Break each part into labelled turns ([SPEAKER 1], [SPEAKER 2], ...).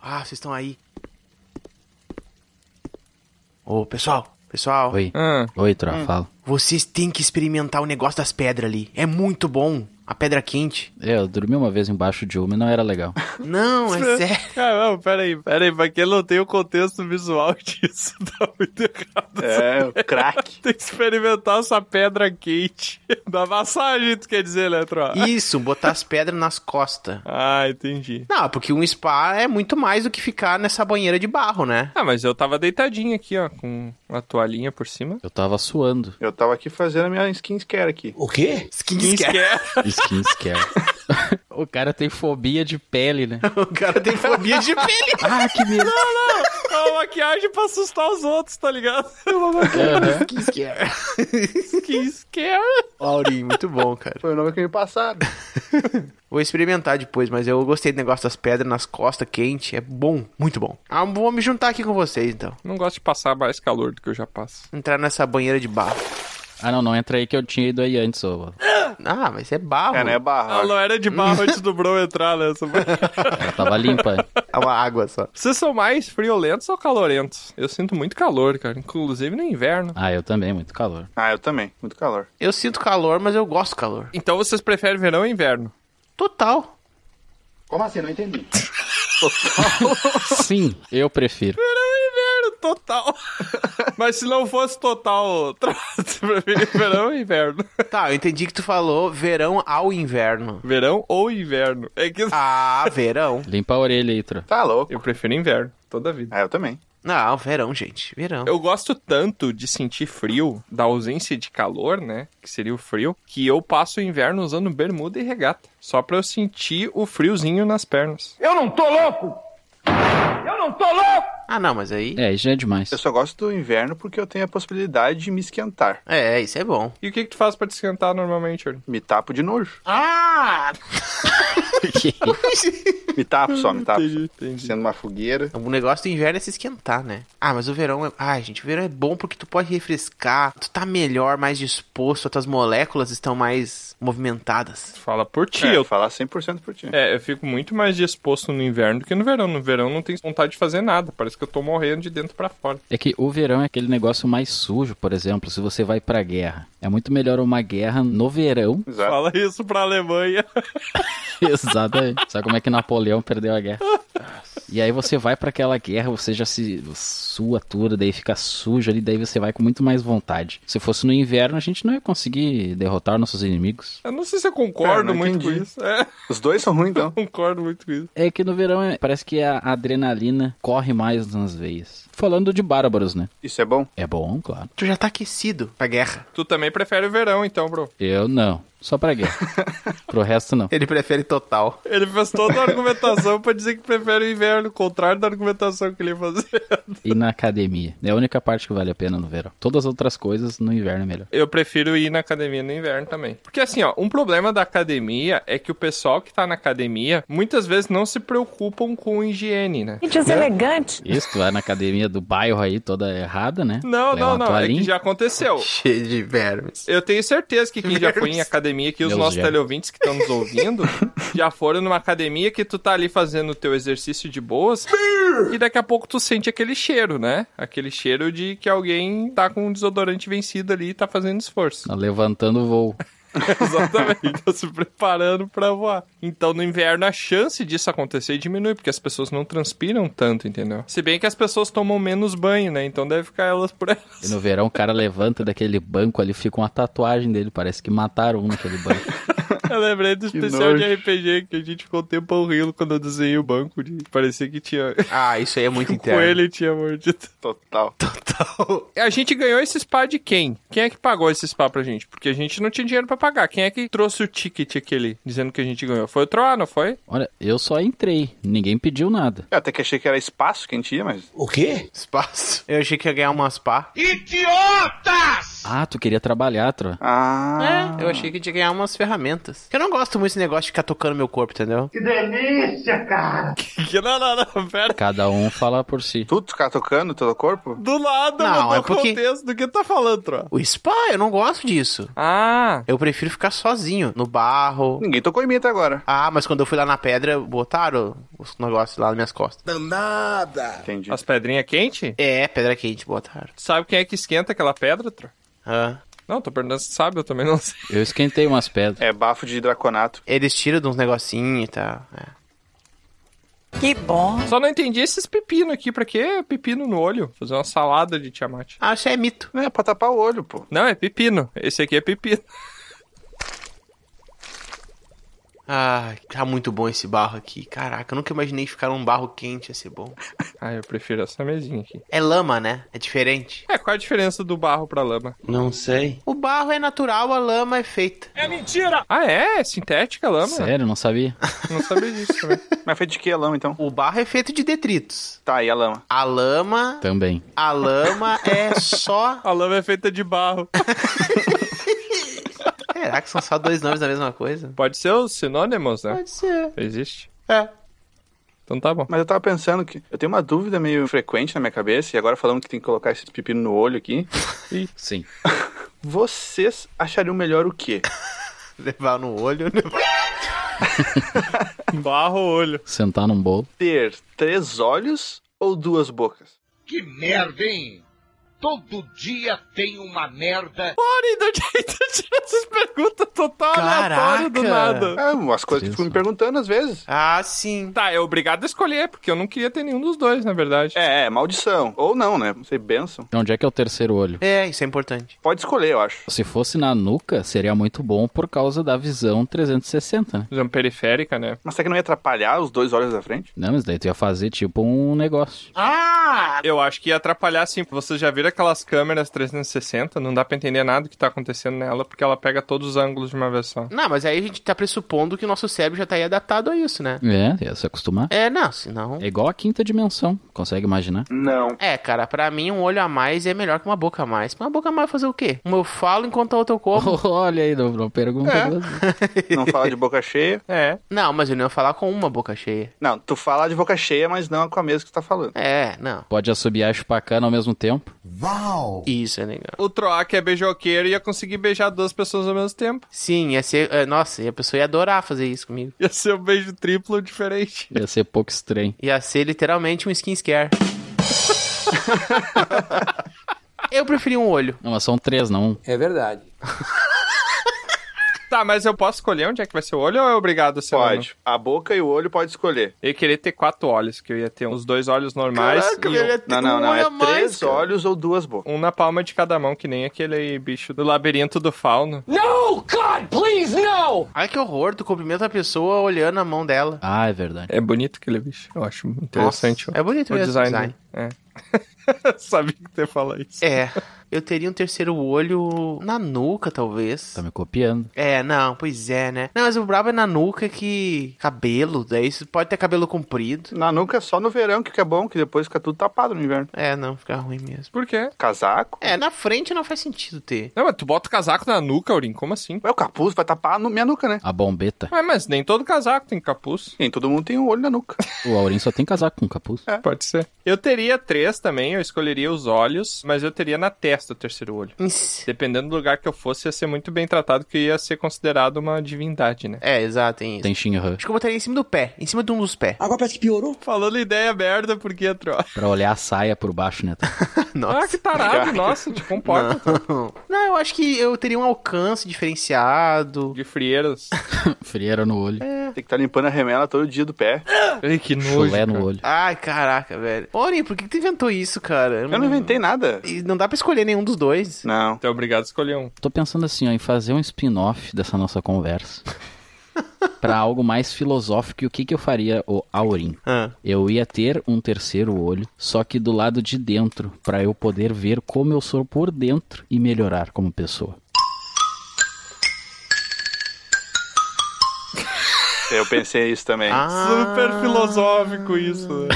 [SPEAKER 1] Ah, vocês estão aí. Ô, pessoal, pessoal.
[SPEAKER 2] Oi.
[SPEAKER 3] Ah,
[SPEAKER 2] Oi, Troa, fala.
[SPEAKER 1] Vocês têm que experimentar o negócio das pedras ali. É muito bom. A pedra quente.
[SPEAKER 2] É, eu dormi uma vez embaixo de uma e não era legal.
[SPEAKER 1] Não, é sério.
[SPEAKER 3] Caramba, Né? Ah, peraí, peraí, pra quem não tem o contexto visual disso, tá muito errado.
[SPEAKER 4] É, o crack.
[SPEAKER 3] Tem que experimentar essa pedra quente da massagem, tu quer dizer, Eletro?
[SPEAKER 1] Isso, botar as pedras nas costas.
[SPEAKER 3] Ah, entendi.
[SPEAKER 1] Não, porque um spa é muito mais do que ficar nessa banheira de barro, né?
[SPEAKER 3] Ah, mas eu tava deitadinho aqui, ó, com a toalhinha por cima.
[SPEAKER 2] Eu tava suando.
[SPEAKER 4] Eu tava aqui fazendo a minha skincare aqui.
[SPEAKER 5] O quê?
[SPEAKER 1] Skincare.
[SPEAKER 2] Skin scare. o cara tem fobia de pele, né?
[SPEAKER 1] O cara tem fobia de pele.
[SPEAKER 2] Ah, que medo.
[SPEAKER 3] É uma maquiagem pra assustar os outros, tá ligado? É uma
[SPEAKER 2] Aham.
[SPEAKER 1] Skincare.
[SPEAKER 3] maquiagem scare.
[SPEAKER 1] Aurim, muito bom, cara.
[SPEAKER 4] Foi o nome que me passaram.
[SPEAKER 1] Vou experimentar depois, mas eu gostei do negócio das pedras nas costas quente. É bom, muito bom. Ah, vou me juntar aqui com vocês, então.
[SPEAKER 3] Não gosto de passar mais calor do que eu já passo.
[SPEAKER 1] Entrar nessa banheira de barro.
[SPEAKER 2] Ah, não, não entra aí que eu tinha ido aí antes, ô.
[SPEAKER 1] Ah, mas é barro.
[SPEAKER 4] É, né,
[SPEAKER 3] Ah,
[SPEAKER 4] barra.
[SPEAKER 3] não era de barro antes do Bro entrar né? nessa.
[SPEAKER 2] Ela tava limpa.
[SPEAKER 1] É uma água só.
[SPEAKER 3] Vocês são mais friolentos ou calorentos? Eu sinto muito calor, cara. Inclusive no inverno.
[SPEAKER 2] Ah, eu também, muito calor.
[SPEAKER 4] Ah, eu também. Muito calor.
[SPEAKER 1] Eu sinto calor, mas eu gosto do calor.
[SPEAKER 3] Então vocês preferem verão ou inverno?
[SPEAKER 1] Total.
[SPEAKER 4] Como assim? Não entendi.
[SPEAKER 2] Sim, eu prefiro.
[SPEAKER 3] Inverno total. Mas se não fosse total, você prefere verão ou inverno?
[SPEAKER 1] Tá, eu entendi que tu falou verão ao inverno.
[SPEAKER 3] Verão ou inverno? É que
[SPEAKER 1] Ah, verão.
[SPEAKER 2] Limpa a orelha aí, Tro.
[SPEAKER 4] Tá louco.
[SPEAKER 3] eu prefiro inverno, toda a vida.
[SPEAKER 4] Ah, eu também.
[SPEAKER 1] Não, verão, gente. Verão.
[SPEAKER 3] Eu gosto tanto de sentir frio, da ausência de calor, né? Que seria o frio, que eu passo o inverno usando bermuda e regata. Só pra eu sentir o friozinho nas pernas.
[SPEAKER 1] Ah, não, mas aí.
[SPEAKER 2] É, aí já é demais.
[SPEAKER 4] Eu só gosto do inverno porque eu tenho a possibilidade de me esquentar.
[SPEAKER 1] É, isso é bom.
[SPEAKER 3] E o que, que tu faz pra te esquentar normalmente, Orly?
[SPEAKER 4] Me tapo de nojo.
[SPEAKER 1] Ah!
[SPEAKER 2] é.
[SPEAKER 4] Me tapo só, me tapo.
[SPEAKER 3] Entendi, entendi.
[SPEAKER 4] Sendo uma fogueira.
[SPEAKER 1] O negócio do inverno é se esquentar, né? Ah, mas o verão é. Ai, gente, o verão é bom porque tu pode refrescar, tu tá melhor, mais disposto, as tuas moléculas estão mais movimentadas.
[SPEAKER 3] Fala por ti,
[SPEAKER 4] É,
[SPEAKER 3] eu
[SPEAKER 4] falar 100% por ti.
[SPEAKER 3] É, eu fico muito mais disposto no inverno do que no verão. No verão não tenho vontade de fazer nada. Parece que eu tô morrendo de dentro pra fora.
[SPEAKER 2] É que o verão é aquele negócio mais sujo, por exemplo, se você vai pra guerra. É muito melhor uma guerra no verão.
[SPEAKER 4] Exato.
[SPEAKER 3] Fala isso pra Alemanha.
[SPEAKER 2] Exatamente. Sabe como é que Napoleão perdeu a guerra? E aí você vai pra aquela guerra, você já se sua tudo, daí fica sujo ali, daí você vai com muito mais vontade. Se fosse no inverno, a gente não ia conseguir derrotar nossos inimigos.
[SPEAKER 3] Eu não sei se eu concordo
[SPEAKER 4] É, não
[SPEAKER 3] muito com
[SPEAKER 4] entendi.
[SPEAKER 3] isso. É,
[SPEAKER 4] Os dois são ruins, então.
[SPEAKER 3] concordo muito com isso.
[SPEAKER 2] É que no verão é- parece que a adrenalina corre mais nas veias. Falando de bárbaros, né?
[SPEAKER 4] Isso é bom.
[SPEAKER 2] É bom, claro.
[SPEAKER 1] Tu já tá aquecido pra guerra.
[SPEAKER 3] Tu também prefere o verão, então, bro.
[SPEAKER 2] Eu não. Só pra guerra. Pro resto, não.
[SPEAKER 1] Ele prefere total.
[SPEAKER 3] Ele fez toda a argumentação pra dizer que prefere o inverno, contrário da argumentação que ele ia fazer.
[SPEAKER 2] E na academia. É a única parte que vale a pena no verão. Todas as outras coisas no inverno é melhor.
[SPEAKER 3] Eu prefiro ir na academia no inverno também. Porque assim, ó, um problema da academia é que o pessoal que tá na academia muitas vezes não se preocupam com higiene, né?
[SPEAKER 6] Gente, deselegante.
[SPEAKER 2] Isso, tu vai na academia do bairro aí toda errada, né?
[SPEAKER 3] Não,
[SPEAKER 2] Leva
[SPEAKER 3] não,
[SPEAKER 2] uma
[SPEAKER 3] não. É que
[SPEAKER 2] toalhinha.
[SPEAKER 3] já aconteceu.
[SPEAKER 1] Cheio de vermes.
[SPEAKER 3] Eu tenho certeza que quem já foi em academia, que os
[SPEAKER 2] Deus
[SPEAKER 3] nossos
[SPEAKER 2] já.
[SPEAKER 3] teleouvintes que estão nos ouvindo, já foram numa academia que tu tá ali fazendo o teu exercício de boas e daqui a pouco tu sente aquele cheiro, né? Aquele cheiro de que alguém tá com um desodorante vencido ali e tá fazendo esforço.
[SPEAKER 2] Tá Levantando o voo.
[SPEAKER 3] Exatamente, tá se preparando pra voar. Então no inverno a chance disso acontecer diminui, porque as pessoas não transpiram tanto, entendeu? Se bem que as pessoas tomam menos banho, né? Então deve ficar elas por elas.
[SPEAKER 2] E no verão o cara levanta daquele banco ali, fica uma tatuagem dele. Parece que mataram um naquele banco.
[SPEAKER 3] Eu lembrei do
[SPEAKER 4] Que
[SPEAKER 3] especial de
[SPEAKER 4] nojo.
[SPEAKER 3] RPG que a gente ficou um tempão rindo quando eu desenhei o banco. De... Parecia que tinha.
[SPEAKER 1] Ah, isso aí é muito
[SPEAKER 3] que o
[SPEAKER 1] interno.
[SPEAKER 3] coelho tinha mordido.
[SPEAKER 4] Total.
[SPEAKER 3] A gente ganhou esse spa de quem? Quem é que pagou esse spa pra gente? Porque a gente não tinha dinheiro pra pagar. Quem é que trouxe o ticket aquele dizendo que a gente ganhou? Foi o Troá, não foi?
[SPEAKER 2] Olha, eu só entrei. Ninguém pediu nada.
[SPEAKER 4] Eu até que achei que era espaço que a gente ia, mas
[SPEAKER 5] O quê?
[SPEAKER 1] Espaço. Eu achei que ia ganhar umas pá.
[SPEAKER 2] Ah, tu queria trabalhar, Tro.
[SPEAKER 4] Ah.
[SPEAKER 1] É, Eu achei que tinha que ganhar umas ferramentas. Eu não gosto muito desse negócio de ficar tocando meu corpo, entendeu?
[SPEAKER 3] Não, não, não, pera.
[SPEAKER 2] Cada um fala por si.
[SPEAKER 3] É.
[SPEAKER 4] Tu ficar tocando todo o corpo?
[SPEAKER 3] Do nada,
[SPEAKER 1] Não,
[SPEAKER 3] mudou
[SPEAKER 1] é
[SPEAKER 3] o
[SPEAKER 1] porque-
[SPEAKER 3] contexto do que tu tá falando, Tro.
[SPEAKER 1] O spa, eu não gosto disso.
[SPEAKER 3] Ah,
[SPEAKER 1] Eu prefiro ficar sozinho, no barro.
[SPEAKER 4] Ninguém tocou em mim até agora.
[SPEAKER 1] Ah, mas quando eu fui lá na pedra, botaram os negócios lá nas minhas costas.
[SPEAKER 3] Ah,
[SPEAKER 4] Entendi.
[SPEAKER 3] as pedrinhas quentes?
[SPEAKER 1] É, pedra quente, botaram.
[SPEAKER 3] Tu sabe quem é que esquenta aquela pedra, Tro?
[SPEAKER 1] Ah.
[SPEAKER 3] Não, tô perguntando se tu sabe, eu também não sei.
[SPEAKER 2] Eu esquentei umas pedras.
[SPEAKER 4] É bafo de draconato.
[SPEAKER 1] Eles tiram de uns negocinhos e tal. é.
[SPEAKER 5] Que bom.
[SPEAKER 3] Só não entendi esses pepino aqui, pra que pepino no olho? Fazer uma salada de Tiamat.
[SPEAKER 1] Ah, isso é mito.
[SPEAKER 4] É pra tapar o olho, pô.
[SPEAKER 3] Não, é pepino. Esse aqui é pepino.
[SPEAKER 1] Ah, tá muito bom esse barro aqui. Caraca, eu nunca imaginei que ficar num barro quente ia ser bom.
[SPEAKER 3] Ah, eu prefiro essa mesinha aqui.
[SPEAKER 1] É lama, né? É diferente.
[SPEAKER 3] É, qual a diferença do barro pra lama?
[SPEAKER 1] Não sei. O barro é natural, a lama é feita.
[SPEAKER 3] Ah, é? É Sintética a lama?
[SPEAKER 2] Sério, não sabia?
[SPEAKER 3] Não sabia disso também.
[SPEAKER 4] Mas foi de que a lama, então?
[SPEAKER 1] O barro é feito de detritos.
[SPEAKER 4] Tá, e a lama?
[SPEAKER 1] A lama,
[SPEAKER 2] Também.
[SPEAKER 1] a lama é só.
[SPEAKER 3] A lama é feita de barro.
[SPEAKER 1] Será que são só dois nomes da mesma coisa?
[SPEAKER 3] Pode ser os sinônimos, né?
[SPEAKER 1] Pode ser.
[SPEAKER 3] Existe.
[SPEAKER 1] É.
[SPEAKER 3] Então tá bom.
[SPEAKER 4] Mas eu tava pensando que eu tenho uma dúvida meio frequente na minha cabeça, e agora falando que tem que colocar esse pepino no olho aqui.
[SPEAKER 2] Sim.
[SPEAKER 4] Vocês achariam melhor o quê?
[SPEAKER 1] Levar no olho. né? levar-
[SPEAKER 3] Barro olho.
[SPEAKER 2] Sentar num bolo.
[SPEAKER 4] Ter três olhos ou duas bocas?
[SPEAKER 6] Que merda, hein? Todo dia tem uma merda.
[SPEAKER 3] Porém, do jeito de então, essas perguntas total aleatório do
[SPEAKER 1] Caraca!
[SPEAKER 3] nada.
[SPEAKER 4] É, umas coisas que eu fico me perguntando às vezes.
[SPEAKER 1] Ah, sim.
[SPEAKER 3] Tá, é obrigado a escolher, porque eu não queria ter nenhum dos dois, na verdade.
[SPEAKER 4] É, é, maldição. Ou não, né? Não sei, benção.
[SPEAKER 2] Então, onde é que é o terceiro olho?
[SPEAKER 1] É, isso é importante.
[SPEAKER 4] Pode escolher, eu acho.
[SPEAKER 2] Se fosse na nuca, seria muito bom por causa da visão 360, né?
[SPEAKER 3] Visão periférica, né?
[SPEAKER 4] Mas será que não ia atrapalhar os dois olhos da frente?
[SPEAKER 2] Não, mas daí tu ia fazer tipo um negócio.
[SPEAKER 3] Eu acho que ia atrapalhar sim. Vocês já viram aquelas câmeras 360? Não dá pra entender nada do que tá acontecendo nela, porque ela pega todos os ângulos de uma vez só.
[SPEAKER 1] Não, mas aí a gente tá pressupondo que o nosso cérebro já tá aí adaptado a isso, né?
[SPEAKER 2] É, ia se acostumar.
[SPEAKER 1] É, não, senão.
[SPEAKER 2] É igual a quinta dimensão, consegue imaginar?
[SPEAKER 4] Não.
[SPEAKER 1] É, cara, pra mim um olho a mais é melhor que uma boca a mais. Uma boca a mais vai fazer o quê? Uma eu falo enquanto a outra eu corro.
[SPEAKER 2] Olha aí, não, não pergunta.
[SPEAKER 4] É.
[SPEAKER 2] duas vezes.
[SPEAKER 4] Não fala de boca cheia.
[SPEAKER 3] É.
[SPEAKER 1] Não, mas eu não ia falar com uma boca cheia.
[SPEAKER 4] Não, tu fala de boca cheia, mas não é com a mesa que tu tá falando.
[SPEAKER 1] É, não.
[SPEAKER 2] Pode assobiar e chupar cana ao mesmo tempo.
[SPEAKER 1] Isso é legal.
[SPEAKER 3] O Troá, que é beijoqueiro, ia conseguir beijar duas pessoas ao mesmo tempo.
[SPEAKER 1] Sim, ia ser. é, nossa, e a pessoa ia adorar fazer isso comigo.
[SPEAKER 3] Ia ser um beijo triplo diferente.
[SPEAKER 2] Ia ser pouco estranho.
[SPEAKER 1] Ia ser literalmente um skin scare. eu preferi um olho.
[SPEAKER 2] Não, mas são três, não. um.
[SPEAKER 3] Tá, mas eu posso escolher onde é que vai ser o olho ou é obrigado a ser
[SPEAKER 4] Pode. A boca e o olho pode escolher.
[SPEAKER 3] Eu ia querer ter quatro olhos, que eu ia ter os dois olhos normais e um-
[SPEAKER 4] Não, não, não. É três olhos ou duas bocas.
[SPEAKER 3] um, na palma de cada mão, que nem aquele bicho do labirinto do fauno.
[SPEAKER 1] Ai, que horror, tu cumprimenta a pessoa olhando a mão dela.
[SPEAKER 2] Ah, é verdade.
[SPEAKER 3] É bonito aquele bicho. Eu acho interessante.
[SPEAKER 1] Nossa, é bonito
[SPEAKER 3] o
[SPEAKER 1] mesmo
[SPEAKER 3] design. né?
[SPEAKER 1] design.
[SPEAKER 3] dele. É. Sabia que tu ia falar isso.
[SPEAKER 1] É. Eu teria um terceiro olho na nuca, talvez.
[SPEAKER 2] Tá me copiando.
[SPEAKER 1] É, não, pois é, né? Não, mas o brabo é na nuca que. Cabelo, daí você pode ter cabelo comprido.
[SPEAKER 4] Na nuca é só no verão que é bom, que depois fica tudo tapado no inverno.
[SPEAKER 1] É, não, fica ruim mesmo.
[SPEAKER 3] Por quê?
[SPEAKER 4] Casaco?
[SPEAKER 1] É, na frente não faz sentido ter.
[SPEAKER 3] Não, mas tu bota o casaco na nuca, Aurim, como assim?
[SPEAKER 4] Ué, É, o capuz vai tapar a nu- minha nuca, né?
[SPEAKER 2] A bombeta.
[SPEAKER 3] Ué, mas nem todo casaco tem capuz.
[SPEAKER 4] Nem todo mundo tem um olho na nuca.
[SPEAKER 2] O Aurim só tem casaco com capuz.
[SPEAKER 3] É, Pode ser. Eu teria três também, eu escolheria os olhos, mas eu teria na testa o terceiro olho.
[SPEAKER 1] Ins-
[SPEAKER 3] Dependendo do lugar que eu fosse, ia ser muito bem tratado, que ia ser considerado uma divindade, né?
[SPEAKER 1] É, exato, tem isso.
[SPEAKER 2] Tem Shinra.
[SPEAKER 1] Acho que eu botaria em cima do pé, em cima de um dos pés.
[SPEAKER 3] Falando ideia merda, porque é tro...
[SPEAKER 2] Pra olhar a saia por baixo, né?
[SPEAKER 1] Nossa.
[SPEAKER 3] Ah, que tarado, nossa, te comporta.
[SPEAKER 1] Não. Não, eu acho que eu teria um alcance diferenciado.
[SPEAKER 3] De frieiras.
[SPEAKER 2] Frieira no olho.
[SPEAKER 4] Tem que estar limpando a remela todo dia do pé.
[SPEAKER 3] Ai, que É nojo.
[SPEAKER 2] Chulé
[SPEAKER 3] cara.
[SPEAKER 2] no olho.
[SPEAKER 1] Ai, caraca, velho. Ori, por que que tu inventou isso, cara?
[SPEAKER 4] Eu não inventei nada.
[SPEAKER 1] E Não dá pra escolher nenhum dos dois.
[SPEAKER 4] Não.
[SPEAKER 3] Então, obrigado a escolher um.
[SPEAKER 2] Tô pensando assim, ó, em fazer um spin-off dessa nossa conversa. Pra algo mais filosófico, e o que que eu faria, o Aurim?
[SPEAKER 1] Ah.
[SPEAKER 2] Eu ia ter um terceiro olho, só que do lado de dentro, pra eu poder ver como eu sou por dentro e melhorar como pessoa.
[SPEAKER 4] Eu pensei isso também.
[SPEAKER 1] Ah,
[SPEAKER 4] é Ah.
[SPEAKER 3] Ah. Super filosófico isso. né?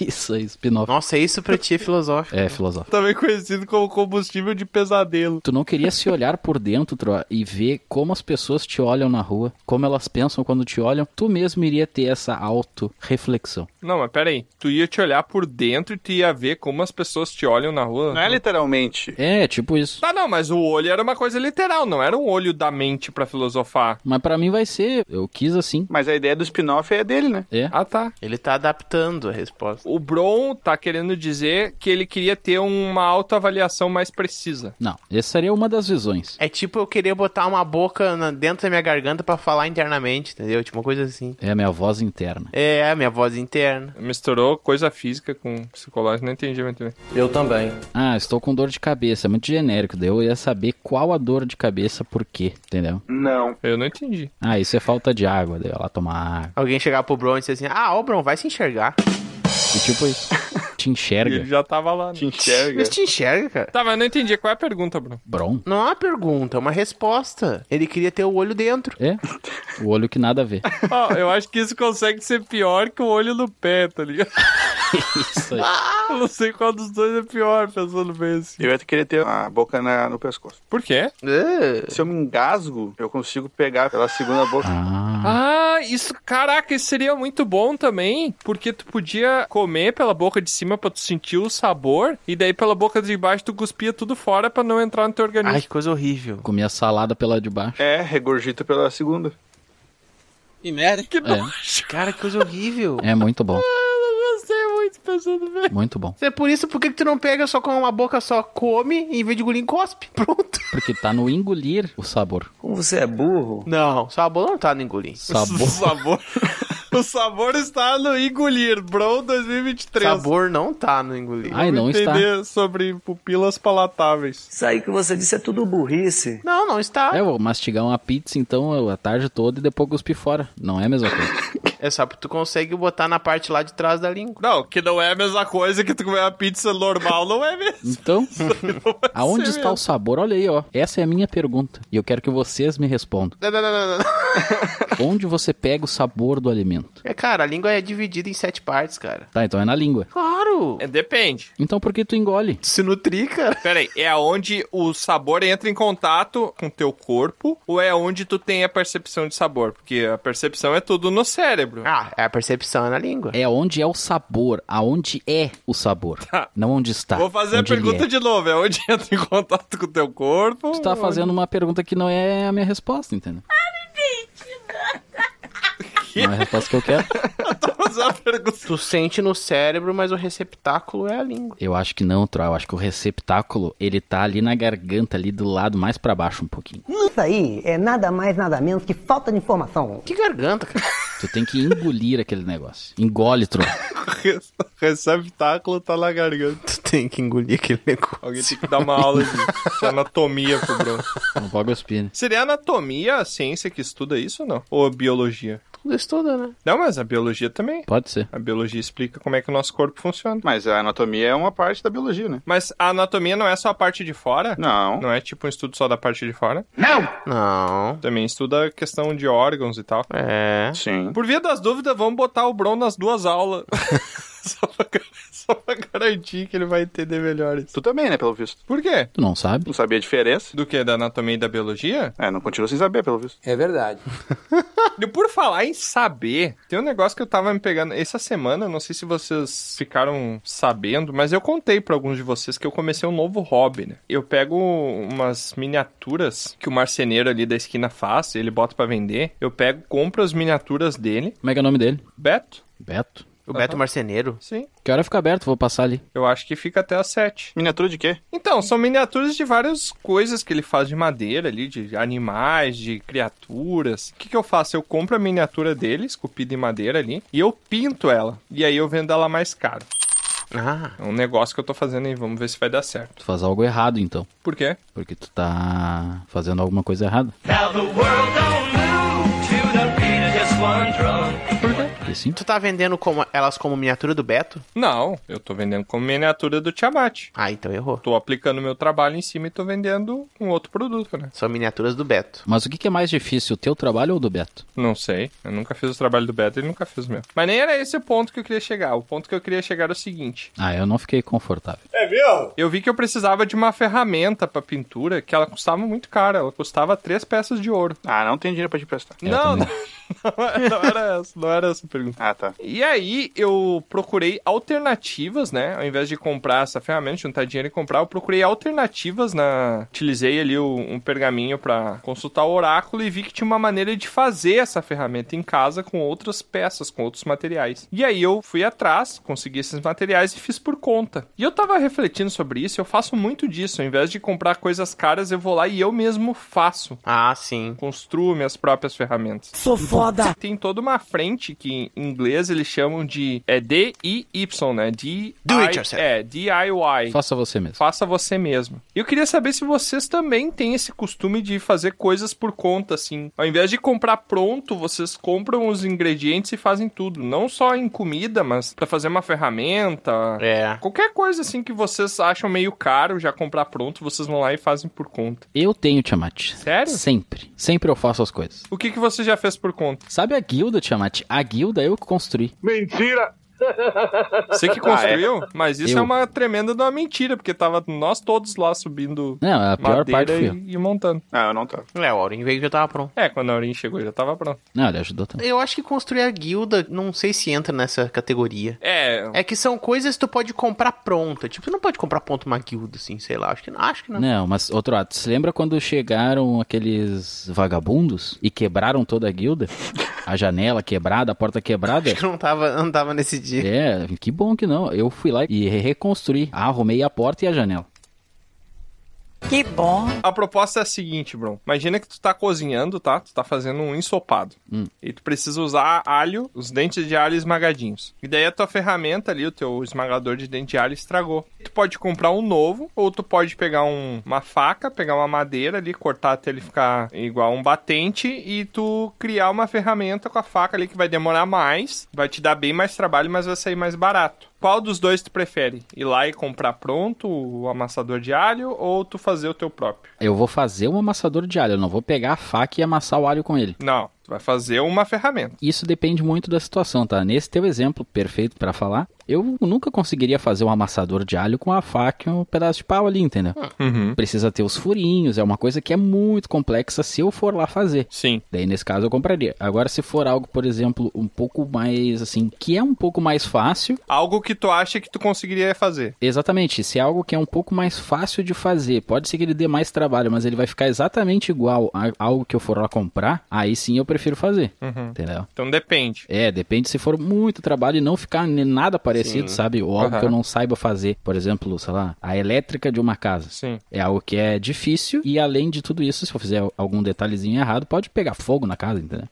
[SPEAKER 2] Isso aí, spin-off.
[SPEAKER 1] Nossa, isso pra ti é filosófico.
[SPEAKER 2] É, filosófico.
[SPEAKER 3] Também conhecido como combustível de pesadelo.
[SPEAKER 2] Tu não queria se olhar por dentro, Tro, e ver como as pessoas te olham na rua, como elas pensam quando te olham, tu mesmo iria ter essa auto-reflexão.
[SPEAKER 3] Não, mas pera aí. Tu ia te olhar por dentro e tu ia ver como as pessoas te olham na rua.
[SPEAKER 4] Não é literalmente.
[SPEAKER 2] É, tipo isso.
[SPEAKER 3] Tá, não, mas o olho era uma coisa literal, não era um olho da mente pra filosofar.
[SPEAKER 2] Mas pra mim vai ser, eu quis assim.
[SPEAKER 4] Mas a ideia do spin-off é dele, né?
[SPEAKER 2] É.
[SPEAKER 3] Ah, tá.
[SPEAKER 1] Ele tá adaptando a resposta.
[SPEAKER 3] O Bron tá querendo dizer que ele queria ter uma autoavaliação mais precisa.
[SPEAKER 2] Não, essa seria uma das visões.
[SPEAKER 1] É tipo eu querer botar uma boca na- dentro da minha garganta pra falar internamente, entendeu? Tipo uma coisa assim.
[SPEAKER 2] É a minha voz interna.
[SPEAKER 1] É, a minha voz interna.
[SPEAKER 3] Misturou coisa física com psicológico, não entendi muito bem.
[SPEAKER 2] Ah, estou com dor de cabeça. É muito genérico. Daí eu ia saber qual a dor de cabeça, por quê, entendeu?
[SPEAKER 4] Não.
[SPEAKER 3] Eu não entendi.
[SPEAKER 2] Ah, isso é falta de água. Daí eu ia lá tomar água.
[SPEAKER 1] Alguém chegar pro Bron e dizer assim: Ah, ô Bron, vai se enxergar.
[SPEAKER 2] E tipo isso. Te
[SPEAKER 3] E Ele
[SPEAKER 2] enxerga.
[SPEAKER 3] já tava lá. Né?
[SPEAKER 4] Te enxerga.
[SPEAKER 1] Mas te enxerga, cara.
[SPEAKER 3] Tá, mas eu não entendi. Qual é a pergunta, Bruno?
[SPEAKER 2] Bron?
[SPEAKER 1] Não é uma pergunta, é uma resposta. Ele queria ter o olho dentro.
[SPEAKER 2] É? O olho que nada a ver.
[SPEAKER 3] Ó, eu acho que isso consegue ser pior que o olho no pé, tá ligado?
[SPEAKER 2] Isso aí.
[SPEAKER 3] Eu não sei qual dos dois é pior, pensando bem assim.
[SPEAKER 4] Eu ia querer ter a boca na- no pescoço.
[SPEAKER 3] Por quê?
[SPEAKER 1] Ah,
[SPEAKER 4] Se eu me engasgo, eu consigo pegar pela segunda boca.
[SPEAKER 2] Ah,
[SPEAKER 3] Ah, isso, caraca, isso seria muito bom também, porque tu podia comer pela boca de cima pra tu sentir o sabor, e daí pela boca de baixo tu cuspia tudo fora pra não entrar no teu organismo.
[SPEAKER 1] Ai, que coisa horrível.
[SPEAKER 2] comi a salada pela de baixo.
[SPEAKER 4] É, regurgito pela segunda.
[SPEAKER 7] Que merda.
[SPEAKER 3] que
[SPEAKER 2] É.
[SPEAKER 3] nojo.
[SPEAKER 1] Cara, que coisa horrível.
[SPEAKER 2] É muito bom.
[SPEAKER 3] Eu gostei muito pensando bem.
[SPEAKER 2] Muito bom.
[SPEAKER 1] É por isso, por que que tu não pega só com uma boca só come e em vez de engolir, cospe? Pronto.
[SPEAKER 2] Porque tá no engolir o sabor.
[SPEAKER 1] Não, só a bola não tá no engolir.
[SPEAKER 3] O
[SPEAKER 2] Sabor.
[SPEAKER 3] sabor. o sabor está no engolir, bro, 2023.
[SPEAKER 1] Sabor não tá no engolir.
[SPEAKER 2] Ai, não está.
[SPEAKER 3] Entender sobre pupilas palatáveis.
[SPEAKER 8] Isso aí que você disse é tudo burrice.
[SPEAKER 1] Não, não está.
[SPEAKER 2] É, eu vou mastigar uma pizza então eu- a tarde toda e depois cuspir fora. Não é a mesma coisa.
[SPEAKER 1] É só porque tu consegue botar na parte lá de trás da língua.
[SPEAKER 3] Não, que não é a mesma coisa que tu comer uma pizza normal, não é mesmo?
[SPEAKER 2] Então,
[SPEAKER 3] Não vai
[SPEAKER 2] aonde
[SPEAKER 3] ser
[SPEAKER 2] está o
[SPEAKER 3] mesmo.
[SPEAKER 2] sabor? Olha aí, ó. Essa é a minha pergunta. E eu quero que vocês me respondam.
[SPEAKER 1] Não, não, não, não, não.
[SPEAKER 2] Onde você pega o sabor do alimento?
[SPEAKER 1] É, cara, a língua é dividida em sete partes, cara.
[SPEAKER 2] Tá, então é na língua.
[SPEAKER 1] Claro.
[SPEAKER 3] É, depende.
[SPEAKER 2] Então por que tu engole?
[SPEAKER 1] Se nutrir, cara.
[SPEAKER 3] Peraí, é onde o sabor entra em contato com teu corpo ou é onde tu tem a percepção de sabor? Porque a percepção é tudo no cérebro.
[SPEAKER 1] Ah, é a percepção é na língua.
[SPEAKER 2] É onde é o sabor, aonde é o sabor.
[SPEAKER 3] Tá.
[SPEAKER 2] Não onde está.
[SPEAKER 3] Vou fazer a
[SPEAKER 2] onde ele
[SPEAKER 3] pergunta
[SPEAKER 2] é.
[SPEAKER 3] de novo. É onde entra em contato com teu corpo?
[SPEAKER 2] Tu tá fazendo uma pergunta que não é a minha resposta, entendeu? Não é a resposta que eu quero.
[SPEAKER 3] Tá fazendo a pergunta.
[SPEAKER 1] Tu sente no cérebro, mas o receptáculo é a língua.
[SPEAKER 2] Eu acho que não, Troy. Eu acho que o receptáculo, ele tá ali na garganta, ali do lado, mais pra baixo um pouquinho.
[SPEAKER 9] Isso aí é nada mais, nada menos que falta de informação.
[SPEAKER 1] Que garganta, cara.
[SPEAKER 2] Tu tem que engolir aquele negócio. Engole, Troy.
[SPEAKER 3] Receptáculo tá na garganta.
[SPEAKER 1] tu tem que engolir aquele negócio.
[SPEAKER 3] Alguém tem que dar uma aula de, de anatomia pro Bruno.
[SPEAKER 2] Não pode cuspir, né?
[SPEAKER 3] Seria anatomia a ciência que estuda isso ou não? Ou a biologia?
[SPEAKER 1] Tudo estuda, né?
[SPEAKER 3] Não, mas a biologia também.
[SPEAKER 2] Pode ser.
[SPEAKER 3] A biologia explica como é que o nosso corpo funciona.
[SPEAKER 4] Mas a anatomia é uma parte da biologia, né?
[SPEAKER 3] Mas a anatomia não é só a parte de fora?
[SPEAKER 4] Não.
[SPEAKER 3] Não é tipo um estudo só da parte de fora?
[SPEAKER 1] Não.
[SPEAKER 3] Também estuda a questão de órgãos e tal.
[SPEAKER 1] É.
[SPEAKER 4] Sim.
[SPEAKER 3] Por via das dúvidas, vamos botar o Bron nas duas aulas. só, pra, gar- só pra garantir que ele vai entender melhor isso.
[SPEAKER 4] Tu também, né, pelo visto.
[SPEAKER 3] Por quê?
[SPEAKER 2] Tu não sabe?
[SPEAKER 4] Não sabia a diferença.
[SPEAKER 3] Do que? Da anatomia e da biologia?
[SPEAKER 4] É, não continuo sem saber, pelo visto.
[SPEAKER 7] É verdade.
[SPEAKER 3] E por falar em saber, tem um negócio que eu tava me pegando essa semana, não sei se vocês ficaram sabendo, mas eu contei pra alguns de vocês que eu comecei um novo hobby, né? Eu pego umas miniaturas que o marceneiro ali da esquina faz, ele bota pra vender, eu pego, compro as miniaturas dele.
[SPEAKER 2] Como é que é o nome dele?
[SPEAKER 3] Beto?
[SPEAKER 2] Beto?
[SPEAKER 1] O Beto Marceneiro.
[SPEAKER 3] Sim.
[SPEAKER 2] Que hora fica aberto? Vou passar ali.
[SPEAKER 3] Eu acho que fica até às sete.
[SPEAKER 4] Miniatura de quê?
[SPEAKER 3] Então, são miniaturas de várias coisas que ele faz de madeira ali, de animais, de criaturas. O que, que eu faço? Eu compro a miniatura dele, esculpida em madeira ali, e eu pinto ela. E aí eu vendo ela mais caro.
[SPEAKER 1] Ah.
[SPEAKER 3] É um negócio que eu tô fazendo aí, vamos ver se vai dar certo.
[SPEAKER 2] Tu faz algo errado, então.
[SPEAKER 3] Por quê?
[SPEAKER 2] Porque tu tá fazendo alguma coisa errada.
[SPEAKER 3] Por quê?
[SPEAKER 2] Porque 35?
[SPEAKER 1] Tu tá vendendo como- elas como miniatura do Beto?
[SPEAKER 3] Não, eu tô vendendo como miniatura do Tiamat.
[SPEAKER 1] Ah, então errou.
[SPEAKER 3] Tô aplicando meu trabalho em cima e tô vendendo um outro produto, né?
[SPEAKER 1] São miniaturas do Beto.
[SPEAKER 2] Mas o que que é mais difícil, o teu trabalho ou o do Beto?
[SPEAKER 3] Não sei. Eu nunca fiz o trabalho do Beto, ele nunca fez o meu. Mas nem era esse o ponto que eu queria chegar. O ponto que eu queria chegar era o seguinte.
[SPEAKER 2] Ah, eu não fiquei confortável.
[SPEAKER 3] Eu vi que eu precisava de uma ferramenta pra pintura que ela custava muito cara. Ela custava três peças de ouro.
[SPEAKER 4] Ah, não tem dinheiro pra te prestar.
[SPEAKER 2] Eu
[SPEAKER 3] não, não,
[SPEAKER 2] também.
[SPEAKER 3] não era essa. Não era essa a pergunta.
[SPEAKER 4] Ah, tá.
[SPEAKER 3] E aí eu procurei alternativas, né? Ao invés de comprar essa ferramenta, juntar dinheiro e comprar, eu procurei alternativas na. Utilizei ali o- um pergaminho pra consultar o oráculo e vi que tinha uma maneira de fazer essa ferramenta em casa com outras peças, com outros materiais. E aí eu fui atrás, consegui esses materiais e fiz por conta. E eu tava refletindo sobre isso, eu faço muito disso. Ao invés de comprar coisas caras, eu vou lá e eu mesmo faço
[SPEAKER 1] Ah, sim.
[SPEAKER 3] construo minhas próprias ferramentas. Sou
[SPEAKER 1] Tá.
[SPEAKER 3] foda! Tem toda uma frente que em inglês eles chamam de é D-I-Y, né? D
[SPEAKER 1] Do it yourself.
[SPEAKER 3] É, DIY.
[SPEAKER 2] Faça você mesmo.
[SPEAKER 3] Faça você mesmo. E eu queria saber se vocês também têm esse costume de fazer coisas por conta, assim. Ao invés de comprar pronto, vocês compram os ingredientes e fazem tudo. Não só em comida, mas pra fazer uma ferramenta.
[SPEAKER 1] É.
[SPEAKER 3] Qualquer coisa, assim, que vocês acham meio caro já comprar pronto, vocês vão lá e fazem por conta.
[SPEAKER 2] Eu tenho Tiamat.
[SPEAKER 3] Sério?
[SPEAKER 2] Sempre. Sempre eu faço as coisas.
[SPEAKER 3] O que, que você já fez por conta?
[SPEAKER 2] Sabe a guilda, Tiamat? A guilda eu que construí.
[SPEAKER 3] Você que construiu, mas isso
[SPEAKER 2] Eu.
[SPEAKER 3] é uma tremenda de uma mentira, porque tava nós todos lá subindo
[SPEAKER 2] Não, a pior parte
[SPEAKER 3] madeira
[SPEAKER 2] foi eu.
[SPEAKER 3] e, e montando.
[SPEAKER 4] Ah, eu não tava.
[SPEAKER 1] É, o Aurim veio que já tava pronto.
[SPEAKER 3] É, quando a Aurinha chegou já tava pronto.
[SPEAKER 2] Não, ele ajudou também.
[SPEAKER 1] Eu acho que construir a guilda, não sei se entra nessa categoria.
[SPEAKER 3] É,
[SPEAKER 1] É que são coisas que tu pode comprar pronta. Tipo, tu não pode comprar pronto uma guilda, assim, sei lá. Acho que não. Acho que
[SPEAKER 4] Né.
[SPEAKER 1] não.
[SPEAKER 2] Não, mas outro lado, você lembra quando chegaram aqueles vagabundos e quebraram toda a guilda? A janela quebrada, a porta quebrada?
[SPEAKER 1] Acho que não tava, não tava nesse dia.
[SPEAKER 2] É, que bom que não. Eu fui lá e reconstruí. Arrumei a porta e a janela.
[SPEAKER 5] Que bom.
[SPEAKER 3] a proposta é a seguinte, Bron. Imagina que tu tá cozinhando, tá? Tu tá fazendo um ensopado. E tu precisa usar alho, os dentes de alho esmagadinhos. E daí a tua ferramenta ali, o teu esmagador de dente de alho estragou. Tu pode comprar um novo, ou tu pode pegar um- uma faca, pegar uma madeira ali, cortar até ele ficar igual um batente e tu criar uma ferramenta com a faca ali que vai demorar mais, vai te dar bem mais trabalho, mas vai sair mais barato. Qual dos dois tu prefere? Ir lá e comprar pronto o amassador de alho ou tu fazer o teu próprio?
[SPEAKER 2] Eu vou fazer um amassador de alho, eu não vou pegar a faca e amassar o alho com ele.
[SPEAKER 3] Não, tu vai fazer uma ferramenta.
[SPEAKER 2] Isso depende muito da situação, tá? Nesse teu exemplo perfeito pra falar, eu nunca conseguiria fazer um amassador de alho com a faca e um pedaço de pau ali, entendeu?
[SPEAKER 3] Hum. Uhum.
[SPEAKER 2] Precisa ter os furinhos, é uma coisa que é muito complexa se eu for lá fazer.
[SPEAKER 3] Sim.
[SPEAKER 2] Daí, nesse caso, eu compraria. Agora, se for algo, por exemplo, um pouco mais, assim, que é um pouco mais fácil,
[SPEAKER 3] Algo que tu acha que tu conseguiria fazer.
[SPEAKER 2] Exatamente, se é algo que é um pouco mais fácil de fazer, pode ser que ele dê mais trabalho, mas ele vai ficar exatamente igual a algo que eu for lá comprar, aí sim eu prefiro fazer, entendeu?
[SPEAKER 3] Então depende.
[SPEAKER 2] É, depende se for muito trabalho e não ficar nem nada parecido, sabe? Ou algo
[SPEAKER 3] Aham.
[SPEAKER 2] que eu não saiba fazer. Por exemplo, sei lá, a elétrica de uma casa.
[SPEAKER 3] Sim.
[SPEAKER 2] É algo que é difícil e além de tudo isso, se eu fizer algum detalhezinho errado, pode pegar fogo na casa, entendeu?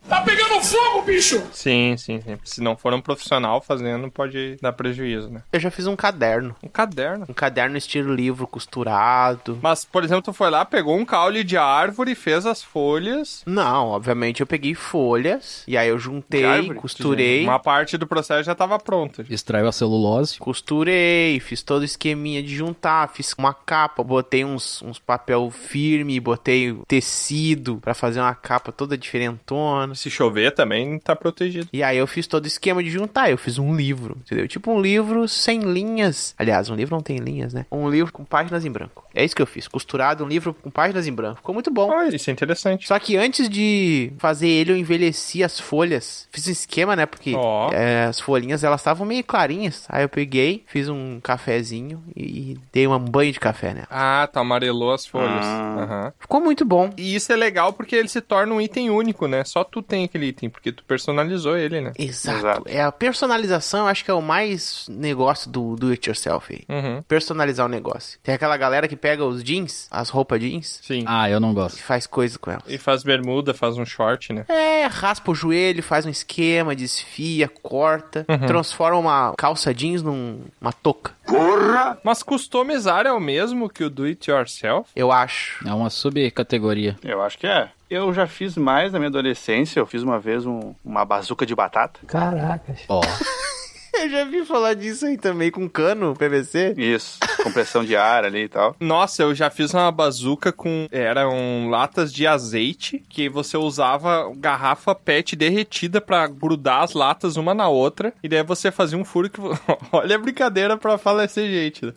[SPEAKER 3] Sim, sim, sim. Se não for um profissional fazendo, pode dar prejuízo, né?
[SPEAKER 1] Eu já fiz um caderno.
[SPEAKER 3] Um caderno.
[SPEAKER 1] Um caderno estilo livro costurado.
[SPEAKER 3] Mas, por exemplo, tu foi lá, pegou um caule de árvore, fez as folhas.
[SPEAKER 1] Não, obviamente eu peguei folhas. E aí eu juntei,
[SPEAKER 4] De árvore?
[SPEAKER 1] costurei.
[SPEAKER 3] Uma parte do processo já tava pronta.
[SPEAKER 2] Extraiu a celulose.
[SPEAKER 1] Costurei, fiz todo o esqueminha de juntar, fiz uma capa, botei uns, uns papel firme, botei tecido pra fazer uma capa toda diferentona.
[SPEAKER 3] Se chover também, tá protegido.
[SPEAKER 1] E aí eu fiz todo o esquema de juntar, eu fiz um livro, entendeu? Tipo um livro sem linhas. Aliás, um livro não tem linhas, né? Um livro com páginas em branco. É isso que eu fiz, costurado um livro com páginas em branco. Ficou muito bom.
[SPEAKER 3] Ah, isso é interessante.
[SPEAKER 1] Só que antes de fazer ele, eu envelheci as folhas. Fiz um esquema, né? Porque
[SPEAKER 3] Ó.
[SPEAKER 1] é, as folhinhas, elas estavam meio clarinhas. Aí eu peguei, fiz um cafezinho e, e dei um banho de café nela.
[SPEAKER 3] Ah, tá, amarelou as folhas.
[SPEAKER 4] Ah.
[SPEAKER 3] Aham.
[SPEAKER 1] Ficou muito bom.
[SPEAKER 3] E isso é legal porque ele se torna um item único, né? Só tu tem aquele item, porque tu personalizou ele, né?
[SPEAKER 1] Exato.
[SPEAKER 4] Exato.
[SPEAKER 1] É a personalização, eu acho que é o mais negócio do do it yourself aí.
[SPEAKER 3] Uhum.
[SPEAKER 1] Personalizar o negócio. Tem aquela galera que pega os jeans, as roupas jeans,
[SPEAKER 3] Sim.
[SPEAKER 2] Ah, eu não
[SPEAKER 1] e
[SPEAKER 2] gosto.
[SPEAKER 1] faz coisa com elas.
[SPEAKER 3] E faz bermuda, faz um short, né?
[SPEAKER 1] É, raspa o joelho, faz um esquema, desfia, corta, transforma uma calça jeans numa touca,
[SPEAKER 3] Mas customizar é o mesmo que o do it yourself?
[SPEAKER 1] eu acho.
[SPEAKER 2] É uma subcategoria.
[SPEAKER 4] Eu acho que é. Eu já fiz mais na minha adolescência. Eu fiz uma vez um- uma bazuca de batata.
[SPEAKER 2] Ó,
[SPEAKER 1] Eu já vi falar disso aí também, com cano, PVC.
[SPEAKER 4] Isso. Compressão de ar ali e tal.
[SPEAKER 3] Nossa, eu já fiz uma bazuca com. Eram latas de azeite que você usava garrafa PET derretida pra grudar as latas uma na outra. E daí você fazia um furo que. Olha a brincadeira pra falecer, gente. né?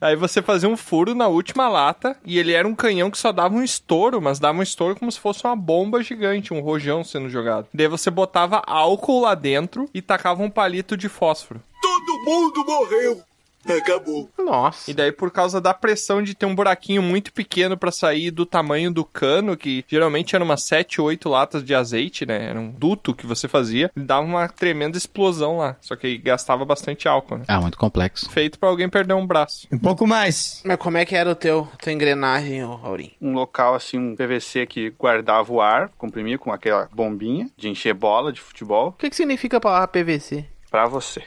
[SPEAKER 3] Aí você fazia um furo na última lata e ele era um canhão que só dava um estouro, mas dava um estouro como se fosse uma bomba gigante, um rojão sendo jogado. Daí você botava álcool lá dentro e tacava um palito de fósforo.
[SPEAKER 1] Nossa.
[SPEAKER 3] E daí, por causa da pressão de ter um buraquinho muito pequeno pra sair do tamanho do cano, que geralmente eram umas 7, 8 latas de azeite, né? Era um duto que você fazia, dava uma tremenda explosão lá. Só que aí gastava bastante álcool, né?
[SPEAKER 2] ah, muito complexo.
[SPEAKER 3] Feito pra alguém perder um braço.
[SPEAKER 10] Um pouco mais.
[SPEAKER 1] Mas como é que era o teu, tua engrenagem, ô, Aurim?
[SPEAKER 4] Um local assim, um PVC que guardava o ar, comprimia com aquela bombinha de encher bola de futebol
[SPEAKER 1] O que, que significa a palavra PVC?
[SPEAKER 4] pra você.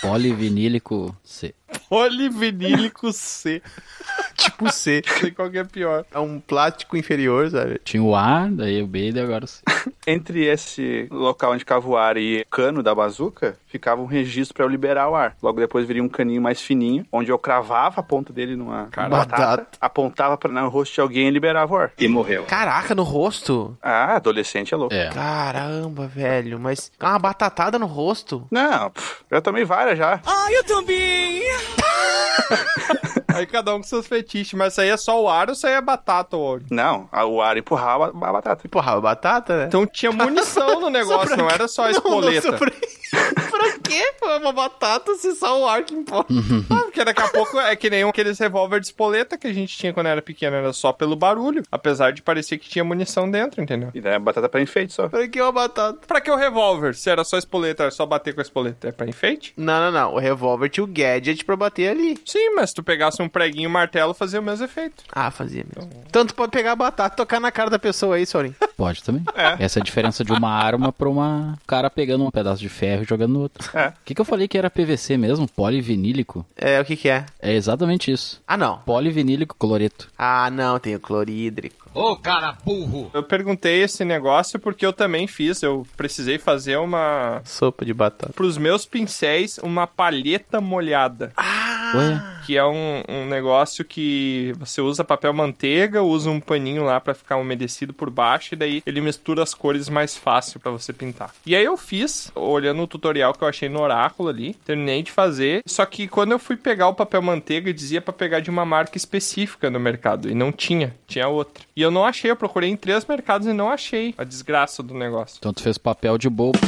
[SPEAKER 2] Polivinílico C.
[SPEAKER 3] Polivinílico C.
[SPEAKER 1] Tipo C.
[SPEAKER 3] Não sei qual que é pior.
[SPEAKER 1] É um plástico inferior, sabe?
[SPEAKER 2] Tinha o A, daí o B, daí agora o C.
[SPEAKER 4] Entre esse local onde ficava o ar e cano da bazuca, ficava um registro pra eu liberar o ar. Logo depois viria um caninho mais fininho, onde eu cravava a ponta dele numa batata,
[SPEAKER 1] Batata.
[SPEAKER 4] apontava para no rosto de alguém e liberava o ar.
[SPEAKER 10] E morreu.
[SPEAKER 1] Caraca, no rosto?
[SPEAKER 4] Ah, adolescente é louco.
[SPEAKER 2] É.
[SPEAKER 1] Caramba, velho, mas dá uma batatada no rosto.
[SPEAKER 4] Não, pff, eu tomei várias já.
[SPEAKER 3] Ah, Aí cada um com seus fetiches, mas isso aí é só o ar ou isso aí é batata, ou
[SPEAKER 4] Não, a- o ar empurrava a a batata.
[SPEAKER 1] Porra, a batata, né?
[SPEAKER 3] Então tinha munição no negócio, não era só a espoleta.
[SPEAKER 1] pra... pra quê? Foi uma batata se só o ar que importa.
[SPEAKER 3] Ah, Porque daqui a pouco é que nem aqueles revólver de espoleta que a gente tinha quando era pequeno, era só pelo barulho, apesar de parecer que tinha munição dentro, entendeu?
[SPEAKER 4] E daí a batata pra enfeite só.
[SPEAKER 1] pra que uma batata?
[SPEAKER 3] Pra que o revólver? Se era só espoleta, era só bater com a espoleta, é pra enfeite?
[SPEAKER 1] Não, não, não. O revólver tinha o gadget pra bater ali.
[SPEAKER 3] Sim, mas se tu pegasse um preguinho e um martelo, fazia o mesmo efeito.
[SPEAKER 1] Ah, fazia mesmo. Tanto pode pegar a batata e tocar na cara da pessoa é aí, Sorin.
[SPEAKER 2] Pode também. Essa é a diferença de uma arma pra uma um cara pegando um pedaço de ferro e jogando no outro. O
[SPEAKER 4] É.
[SPEAKER 2] que, que eu falei que era PVC mesmo? Polivinílico?
[SPEAKER 1] É, o que que é?
[SPEAKER 2] É exatamente isso.
[SPEAKER 1] Ah, não.
[SPEAKER 2] Polivinílico cloreto.
[SPEAKER 1] Ah, não, tem o clorídrico.
[SPEAKER 6] Ô, cara burro!
[SPEAKER 3] Eu perguntei esse negócio porque eu também fiz, eu precisei fazer uma...
[SPEAKER 1] Sopa de batata.
[SPEAKER 3] Pros meus pincéis, uma palheta molhada.
[SPEAKER 2] Ué?
[SPEAKER 3] que é um, um negócio que você usa papel manteiga, usa um paninho lá pra ficar umedecido por baixo e daí ele mistura as cores mais fácil pra você pintar. E aí eu fiz, olhando o tutorial que eu achei no oráculo ali, terminei de fazer, só que quando eu fui pegar o papel manteiga, dizia pra pegar de uma marca específica no mercado e não tinha, tinha outra. E eu não achei, eu procurei em três mercados e não achei a desgraça do negócio.
[SPEAKER 2] Então tu fez papel de bobo.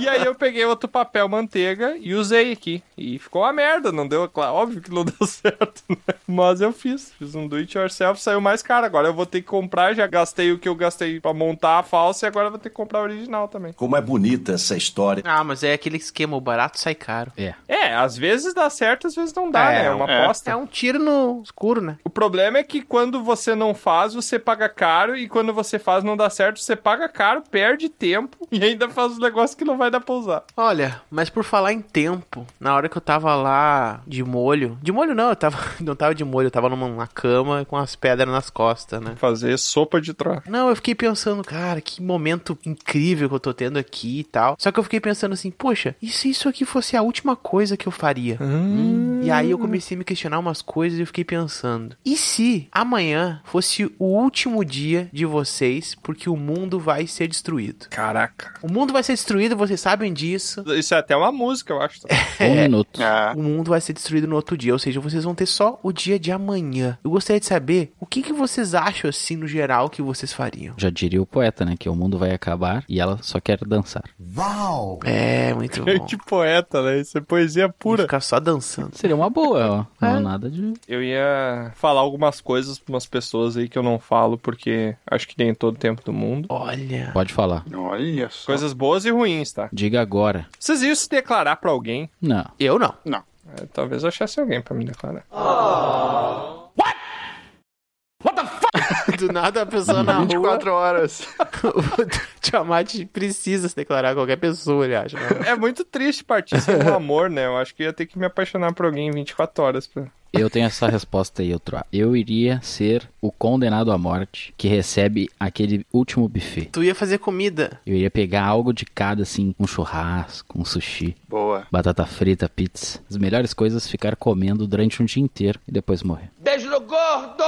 [SPEAKER 3] E aí eu peguei outro papel manteiga e usei aqui. E ficou uma merda, não deu, claro, óbvio que não deu certo, né? Mas eu fiz, fiz um do it yourself, saiu mais caro. Agora eu vou ter que comprar, já gastei o que eu gastei pra montar a falsa e agora eu vou ter que comprar a original também.
[SPEAKER 10] Como é bonita essa história.
[SPEAKER 1] Ah, mas é aquele esquema, o barato sai caro.
[SPEAKER 2] É.
[SPEAKER 3] É, às vezes dá certo, às vezes não dá,
[SPEAKER 1] É,
[SPEAKER 3] né? É uma
[SPEAKER 4] é.
[SPEAKER 3] aposta.
[SPEAKER 1] É um tiro no escuro, né?
[SPEAKER 3] O problema é que quando você não faz, você paga caro e quando você faz não dá certo, você paga caro, perde tempo e ainda faz um negócio que não vai dar pra usar.
[SPEAKER 1] Olha, mas por falar em tempo, na hora que eu tava lá de molho, de molho não, eu tava, não tava de molho, eu tava numa, numa cama com as pedras nas costas, né?
[SPEAKER 3] Fazer sopa de troca.
[SPEAKER 1] Não, eu fiquei pensando, cara, que momento incrível que eu tô tendo aqui e tal. Só que eu fiquei pensando assim, poxa, e se isso aqui fosse a última coisa que eu faria? E aí eu comecei a me questionar umas coisas e eu fiquei pensando, e se amanhã fosse o último dia de vocês, porque o mundo vai ser destruído?
[SPEAKER 3] Caraca.
[SPEAKER 1] O mundo vai ser destruído, vocês sabem disso.
[SPEAKER 3] Isso é até uma música, eu acho. tá?
[SPEAKER 2] Um minuto.
[SPEAKER 4] Ah,
[SPEAKER 1] O mundo vai ser destruído no outro dia, ou seja, vocês vão ter só o dia de amanhã. Eu gostaria de saber o que, que vocês acham, assim, no geral, que vocês fariam.
[SPEAKER 2] Já diria o poeta, né? Que o mundo vai acabar e ela só quer dançar.
[SPEAKER 1] É, muito bom.
[SPEAKER 3] de poeta, né? Isso é poesia
[SPEAKER 1] Vou
[SPEAKER 3] pura.
[SPEAKER 1] Ficar só dançando.
[SPEAKER 2] seria uma boa, ó. Não é nada de.
[SPEAKER 3] Eu ia falar algumas coisas pra umas pessoas aí que eu não falo, porque acho que tem todo o tempo do mundo.
[SPEAKER 1] Olha.
[SPEAKER 2] Pode falar.
[SPEAKER 4] Olha só.
[SPEAKER 3] Coisas boas e ruins, tá?
[SPEAKER 2] Diga agora.
[SPEAKER 3] Vocês iam se declarar pra alguém?
[SPEAKER 2] Não.
[SPEAKER 1] Eu não.
[SPEAKER 3] É, talvez eu achasse alguém pra me declarar.
[SPEAKER 1] Do nada a pessoa na rua
[SPEAKER 4] 24 horas.
[SPEAKER 1] Tiamat precisa se declarar qualquer pessoa, ele acha. né?
[SPEAKER 3] É muito triste partir sem um amor, né? Eu acho que eu ia ter que me apaixonar por alguém em 24 horas. Pra...
[SPEAKER 2] Eu tenho essa resposta aí, outro. Eu iria ser o condenado à morte que recebe aquele último buffet.
[SPEAKER 1] Tu ia fazer comida.
[SPEAKER 2] Eu iria pegar algo de cada, assim, um churrasco, um sushi,
[SPEAKER 4] Boa.
[SPEAKER 2] batata frita, pizza. As melhores coisas ficar comendo durante um dia inteiro e depois morrer.
[SPEAKER 6] Beijo no gordo!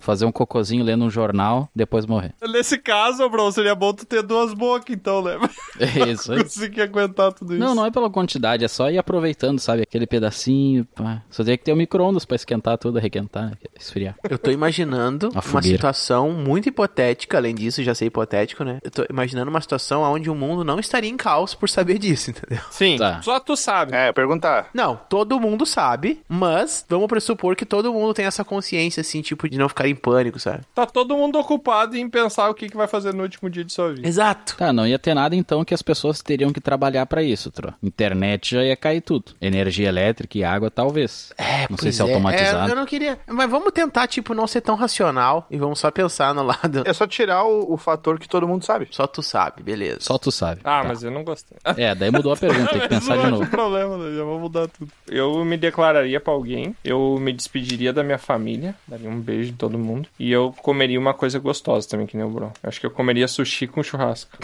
[SPEAKER 2] Fazer um cocôzinho lendo um jornal, depois morrer.
[SPEAKER 3] Nesse caso, bro, seria bom tu ter duas bocas, então, né?
[SPEAKER 2] É isso aí.
[SPEAKER 3] Conseguir aguentar tudo isso.
[SPEAKER 2] Não, não é pela quantidade, é só ir aproveitando, sabe? Aquele pedacinho, pá. Só tem que ter o micro-ondas pra esquentar tudo, arrequentar, né? esfriar.
[SPEAKER 1] Eu tô imaginando
[SPEAKER 2] A
[SPEAKER 1] uma
[SPEAKER 2] fogueira.
[SPEAKER 1] situação muito hipotética, além disso, já sei hipotético, né? Eu tô imaginando uma situação onde o mundo não estaria em caos por saber disso, entendeu?
[SPEAKER 3] Sim,
[SPEAKER 2] Tá.
[SPEAKER 3] só tu sabe.
[SPEAKER 4] É, perguntar.
[SPEAKER 1] Não, todo mundo sabe, mas vamos pressupor que todo mundo tem essa consciência, assim, tipo, de não ficar em pânico, sabe?
[SPEAKER 3] Tá todo mundo ocupado em pensar o que, que vai fazer no último dia de sua vida.
[SPEAKER 1] Exato.
[SPEAKER 2] Tá, não ia ter nada então que as pessoas teriam que trabalhar pra isso, tro. Internet já ia cair tudo. Energia elétrica e água, talvez. É, Não sei se é
[SPEAKER 1] Pois
[SPEAKER 2] automatizado.
[SPEAKER 1] É, eu não queria. Mas vamos tentar, tipo, não ser tão racional e vamos só pensar no lado.
[SPEAKER 4] É só tirar o, o fator que todo mundo sabe.
[SPEAKER 1] Só tu sabe, beleza.
[SPEAKER 2] Só tu sabe.
[SPEAKER 3] Ah,
[SPEAKER 2] Tá.
[SPEAKER 3] mas eu não gostei.
[SPEAKER 2] É, daí mudou a pergunta, tem que
[SPEAKER 3] Mas
[SPEAKER 2] pensar
[SPEAKER 3] não
[SPEAKER 2] de
[SPEAKER 3] acho
[SPEAKER 2] novo.
[SPEAKER 3] problema, né? já vou mudar tudo. Eu me declararia pra alguém, eu me despediria da minha família, daria um beijo em todo mundo, e eu comeria uma coisa gostosa também, que nem o Bron. Acho que eu comeria sushi com churrasco.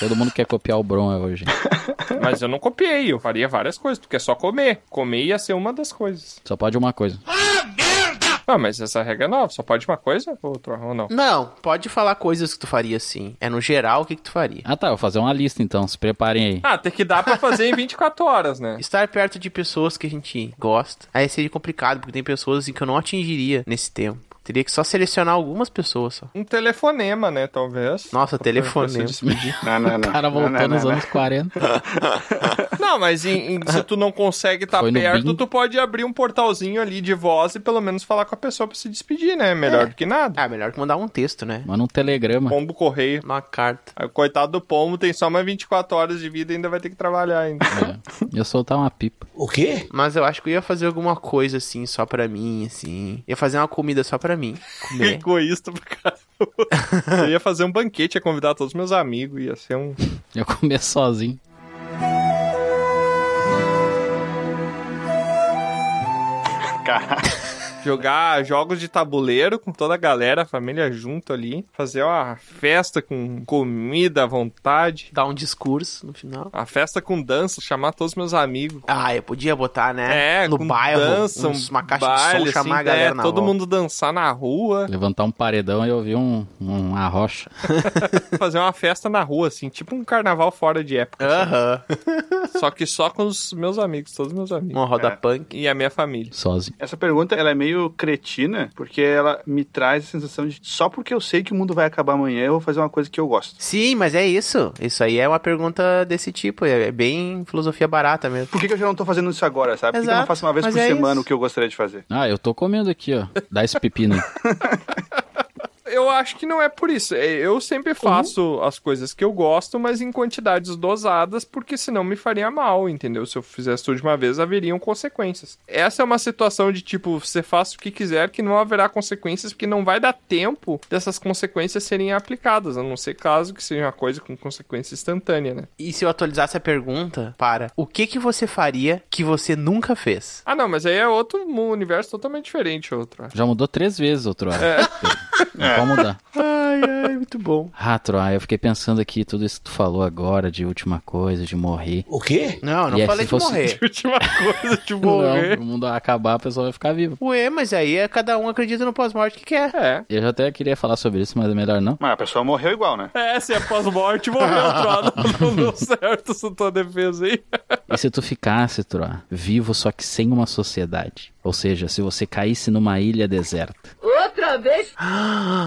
[SPEAKER 2] Todo mundo quer copiar o Bron hoje.
[SPEAKER 3] Mas eu não copiei, eu faria várias coisas, porque é só comer. Comer ia ser uma das coisas.
[SPEAKER 2] Só pode uma coisa.
[SPEAKER 3] Ah, mas essa regra é nova, só pode uma coisa ou outra, ou não?
[SPEAKER 1] Não, pode falar coisas que tu faria sim. É no geral o que, que tu faria.
[SPEAKER 2] Ah tá, eu vou fazer uma lista então, se preparem aí.
[SPEAKER 3] Ah, tem que dar pra fazer em 24 horas, né?
[SPEAKER 1] Estar perto de pessoas que a gente gosta, aí seria complicado, porque tem pessoas assim, que eu não atingiria nesse tempo. Teria que só selecionar algumas pessoas só.
[SPEAKER 3] Um telefonema, né, talvez.
[SPEAKER 1] Nossa, telefonema.
[SPEAKER 4] Não, não, não.
[SPEAKER 2] O cara voltou
[SPEAKER 4] não, não,
[SPEAKER 2] nos
[SPEAKER 4] não,
[SPEAKER 2] anos 40.
[SPEAKER 3] Não, mas em- em- se tu não consegue estar
[SPEAKER 2] Foi no
[SPEAKER 3] perto,
[SPEAKER 2] Bing.
[SPEAKER 3] tu pode abrir um portalzinho ali de voz e pelo menos falar com a pessoa pra se despedir, né?
[SPEAKER 2] É.
[SPEAKER 3] Melhor do que nada.
[SPEAKER 1] Ah, melhor que mandar um texto, né?
[SPEAKER 2] Manda um telegrama.
[SPEAKER 3] Pombo correio.
[SPEAKER 1] Uma carta.
[SPEAKER 3] Aí, Coitado do pombo, tem só mais 24 horas de vida e ainda vai ter que trabalhar ainda.
[SPEAKER 2] É. Eu soltar uma pipa.
[SPEAKER 10] O quê?
[SPEAKER 1] Mas eu acho que eu ia fazer alguma coisa assim, só pra mim, assim. Ia fazer uma comida só pra mim.
[SPEAKER 2] É.
[SPEAKER 3] Que
[SPEAKER 1] Comer.
[SPEAKER 3] egoísta pro cara. Eu ia fazer um banquete, ia convidar todos os meus amigos, ia ser um.
[SPEAKER 2] Eu comer sozinho.
[SPEAKER 4] Cara,
[SPEAKER 3] Jogar jogos de tabuleiro com toda a galera, a família junto ali. Fazer uma festa com comida à vontade.
[SPEAKER 1] Dar um discurso no final.
[SPEAKER 3] A festa com dança, chamar todos os meus amigos.
[SPEAKER 1] Ah, eu podia botar, né?
[SPEAKER 3] É,
[SPEAKER 1] no
[SPEAKER 3] com
[SPEAKER 1] bairro,
[SPEAKER 3] dança,
[SPEAKER 1] uns- uma
[SPEAKER 3] um
[SPEAKER 1] caixa de som,
[SPEAKER 3] baile,
[SPEAKER 1] chamar
[SPEAKER 3] assim,
[SPEAKER 1] a galera
[SPEAKER 3] é,
[SPEAKER 1] na
[SPEAKER 3] Todo
[SPEAKER 1] volta.
[SPEAKER 3] mundo dançar na rua,
[SPEAKER 2] Levantar um paredão e ouvir um, um, uma rocha.
[SPEAKER 3] fazer uma festa na rua, assim, tipo um carnaval fora de época.
[SPEAKER 1] Aham.
[SPEAKER 3] só que só com os meus amigos, todos os meus amigos.
[SPEAKER 1] Uma roda
[SPEAKER 4] É.
[SPEAKER 1] punk.
[SPEAKER 3] E a minha família.
[SPEAKER 2] Sozinho.
[SPEAKER 4] essa pergunta ela é meio cretina, porque ela me traz a sensação de só porque eu sei que o mundo vai acabar amanhã, eu vou fazer uma coisa que eu gosto.
[SPEAKER 1] Sim, mas é isso. Isso aí é uma pergunta desse tipo. É é bem filosofia barata mesmo.
[SPEAKER 4] Por que, que eu já não tô fazendo isso agora, sabe? Por que que eu não
[SPEAKER 1] Exato,
[SPEAKER 4] faço uma vez
[SPEAKER 1] mas
[SPEAKER 4] por
[SPEAKER 1] é
[SPEAKER 4] semana
[SPEAKER 1] isso.
[SPEAKER 4] o que eu gostaria de fazer?
[SPEAKER 2] Ah, eu tô comendo aqui, ó. Dá esse pepino aí.
[SPEAKER 3] Eu acho que não é por isso. É, Eu
[SPEAKER 1] Uhum.
[SPEAKER 3] sempre faço as coisas que eu gosto, mas em quantidades dosadas, porque senão me faria mal, entendeu? Se eu fizesse tudo de uma vez, haveriam consequências. Essa é uma situação de tipo, você faça o que quiser, que não haverá consequências, porque não vai dar tempo dessas consequências serem aplicadas, a não ser caso que seja uma coisa com consequência instantânea, né?
[SPEAKER 1] E se eu atualizasse a pergunta para o que que você faria que você nunca fez?
[SPEAKER 3] Ah, não, mas aí é outro mu- universo totalmente diferente, é outro.
[SPEAKER 2] Já mudou três vezes, outro hora.
[SPEAKER 3] É.
[SPEAKER 2] Não pode mudar.
[SPEAKER 1] Ai, ai, muito bom.
[SPEAKER 2] Ah, Troá, eu fiquei pensando aqui tudo isso que tu falou agora de última coisa, de morrer.
[SPEAKER 10] O quê?
[SPEAKER 1] Não, eu não
[SPEAKER 2] E aí,
[SPEAKER 1] falei
[SPEAKER 2] se
[SPEAKER 1] de
[SPEAKER 2] fosse-
[SPEAKER 1] morrer.
[SPEAKER 3] Última coisa de né? morrer.
[SPEAKER 2] Não, o mundo vai acabar, a pessoa vai ficar viva.
[SPEAKER 1] Ué, mas aí é cada um acredita no pós-morte que quer.
[SPEAKER 3] É.
[SPEAKER 2] Eu já até queria falar sobre isso, mas é melhor não.
[SPEAKER 4] Mas a pessoa morreu igual, né?
[SPEAKER 3] É, se é pós-morte, morreu, Trono. Não deu certo essa tua defesa aí.
[SPEAKER 2] E se tu ficasse, Troá, vivo só que sem uma sociedade? Ou seja, se você caísse numa ilha deserta.
[SPEAKER 5] Outra
[SPEAKER 11] primeira vez.